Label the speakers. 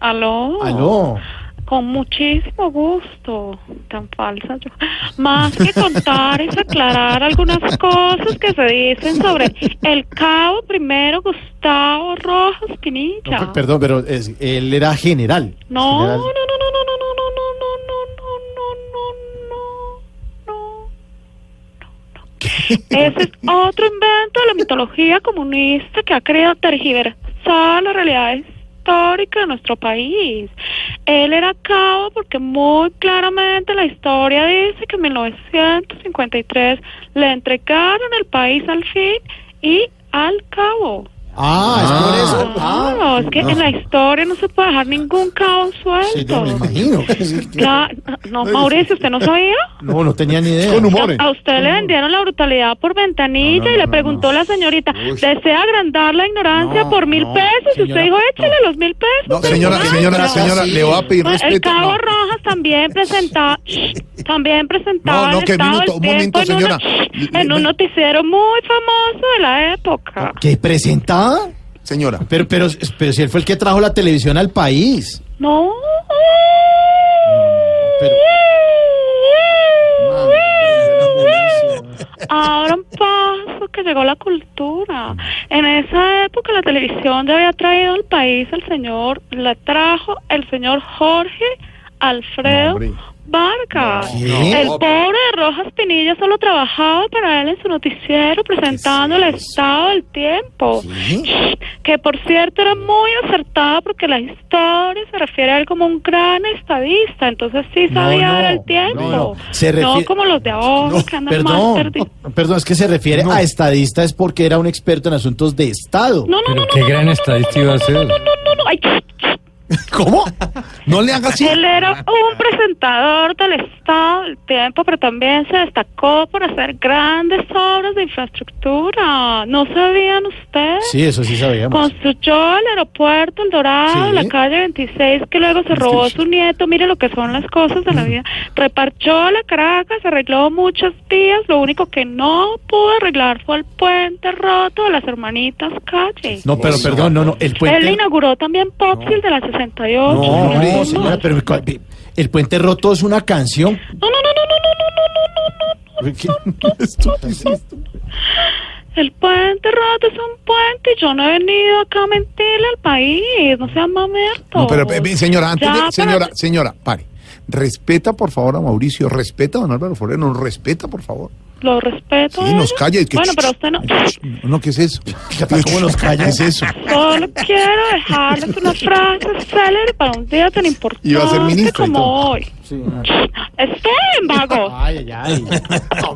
Speaker 1: Aló.
Speaker 2: Ah, Aló.
Speaker 1: Con muchísimo gusto. Tan falsa yo. Más que contar es aclarar algunas cosas que se dicen sobre el cabo primero Gustavo Rojas
Speaker 2: No,
Speaker 1: Pinilla.
Speaker 2: per- perdón, pero es- él era general.
Speaker 1: No, no, no, no,
Speaker 2: General.
Speaker 1: no, no, no, no, no, no, no, no, no, no, no, no, no. Ese es otro invento de la mitología comunista que ha querido tergiversar la realidad histórica de nuestro país. Él era cabo porque muy claramente la historia dice que en 1953 le entregaron el país al fin y al cabo.
Speaker 2: Ah, es por eso.
Speaker 1: No, no, es que en la historia no se puede dejar ningún cabo
Speaker 2: Sí, no,
Speaker 1: suelto.
Speaker 2: me imagino. Sí, claro.
Speaker 1: Claro, no, Mauricio, ¿usted no sabía?
Speaker 2: No, no tenía ni idea.
Speaker 3: Con humores.
Speaker 1: A usted le vendieron la brutalidad por ventanilla y le preguntó la señorita, ¿desea agrandar la ignorancia
Speaker 4: No,
Speaker 1: por mil
Speaker 4: no,
Speaker 1: pesos? Y usted
Speaker 2: señora,
Speaker 1: dijo, échale los mil pesos.
Speaker 4: No,
Speaker 3: Señora,
Speaker 1: personal.
Speaker 3: señora,
Speaker 4: no,
Speaker 3: señora,
Speaker 4: sí.
Speaker 3: le voy a pedir
Speaker 1: Bueno, El
Speaker 3: respeto.
Speaker 1: cabo
Speaker 3: No.
Speaker 1: Rojas también presentaba, shh, también presentaba
Speaker 3: No, no,
Speaker 1: el
Speaker 3: que
Speaker 1: estado
Speaker 3: minuto,
Speaker 1: del
Speaker 3: un momento,
Speaker 1: tiempo en, una-
Speaker 3: señora.
Speaker 1: shh, en un noticiero muy famoso de la época.
Speaker 2: ¿Qué presentada?
Speaker 3: Señora,
Speaker 2: Pero, pero, pero si él fue el que trajo la televisión al país.
Speaker 1: No.
Speaker 2: Mm, Pero,
Speaker 1: Ahora un paso que llegó la cultura. En esa época la televisión ya había traído al país el señor, la trajo el señor Jorge Alfredo
Speaker 3: Hombre.
Speaker 1: Vargas.
Speaker 2: ¿Qué?
Speaker 1: El pobre de Rojas Pinilla solo trabajaba para él en su noticiero presentando el estado del tiempo. Que por cierto era muy acertada porque la historia se refiere a él como un gran estadista, entonces sí
Speaker 2: No,
Speaker 1: sabía
Speaker 2: no,
Speaker 1: dar el tiempo.
Speaker 2: no,
Speaker 1: No,
Speaker 2: no. Se refiere-
Speaker 1: como los de ahora
Speaker 2: no,
Speaker 1: que andan más
Speaker 2: perdón,
Speaker 1: perdidos.
Speaker 2: perdón, es que se refiere a estadista es porque era un experto en asuntos de Estado.
Speaker 1: No, no, no,
Speaker 5: Pero
Speaker 1: no,
Speaker 5: qué
Speaker 1: no,
Speaker 5: gran
Speaker 1: no,
Speaker 5: estadista iba a ser.
Speaker 1: no, no, no, ay,
Speaker 3: ¿cómo? No le haga así.
Speaker 1: Él era un presentador del Estado del tiempo, pero también se destacó por hacer grandes obras de infraestructura. ¿No sabían ustedes?
Speaker 2: Sí, eso sí sabíamos.
Speaker 1: Construyó el aeropuerto El Dorado,
Speaker 2: Sí.
Speaker 1: la calle 26, que luego se robó su nieto. Mire lo que son las cosas de la vida. Reparchó la Caracas, arregló muchos días. Lo único que no pudo arreglar fue el puente roto de las hermanitas Calle.
Speaker 2: No, pero perdón, no, no, el
Speaker 1: Él
Speaker 2: puente.
Speaker 1: inauguró también Popsil de la 68.
Speaker 2: No,
Speaker 1: señor
Speaker 2: no,
Speaker 1: Gómez.
Speaker 2: señora, pero el puente roto es una canción.
Speaker 1: no, no, no, no, no, no, no, no, no, no. El puente roto es un puente y yo no he venido acá a mentirle al país. No sean mamertos.
Speaker 3: No, pero eh, eh, señora, antes
Speaker 1: Ya,
Speaker 3: de,
Speaker 1: para-
Speaker 3: señora, señora, pare. Respeta, por favor, a Mauricio. Respeta a don Álvaro Forero. Nos respeta, por favor.
Speaker 1: Lo respeto.
Speaker 3: Sí,
Speaker 1: ¿eh?
Speaker 3: nos calla. y que-
Speaker 1: Bueno, pero usted no.
Speaker 3: No, ¿qué es eso?
Speaker 2: ¿Cómo nos calla?
Speaker 3: ¿Qué es eso?
Speaker 1: Solo quiero dejarles una frase célebre para un día tan importante
Speaker 3: Iba a ser ministro y
Speaker 1: como
Speaker 3: todo.
Speaker 2: 哎
Speaker 1: hoy. Esperen, vagos.
Speaker 2: Ay, ay, ay.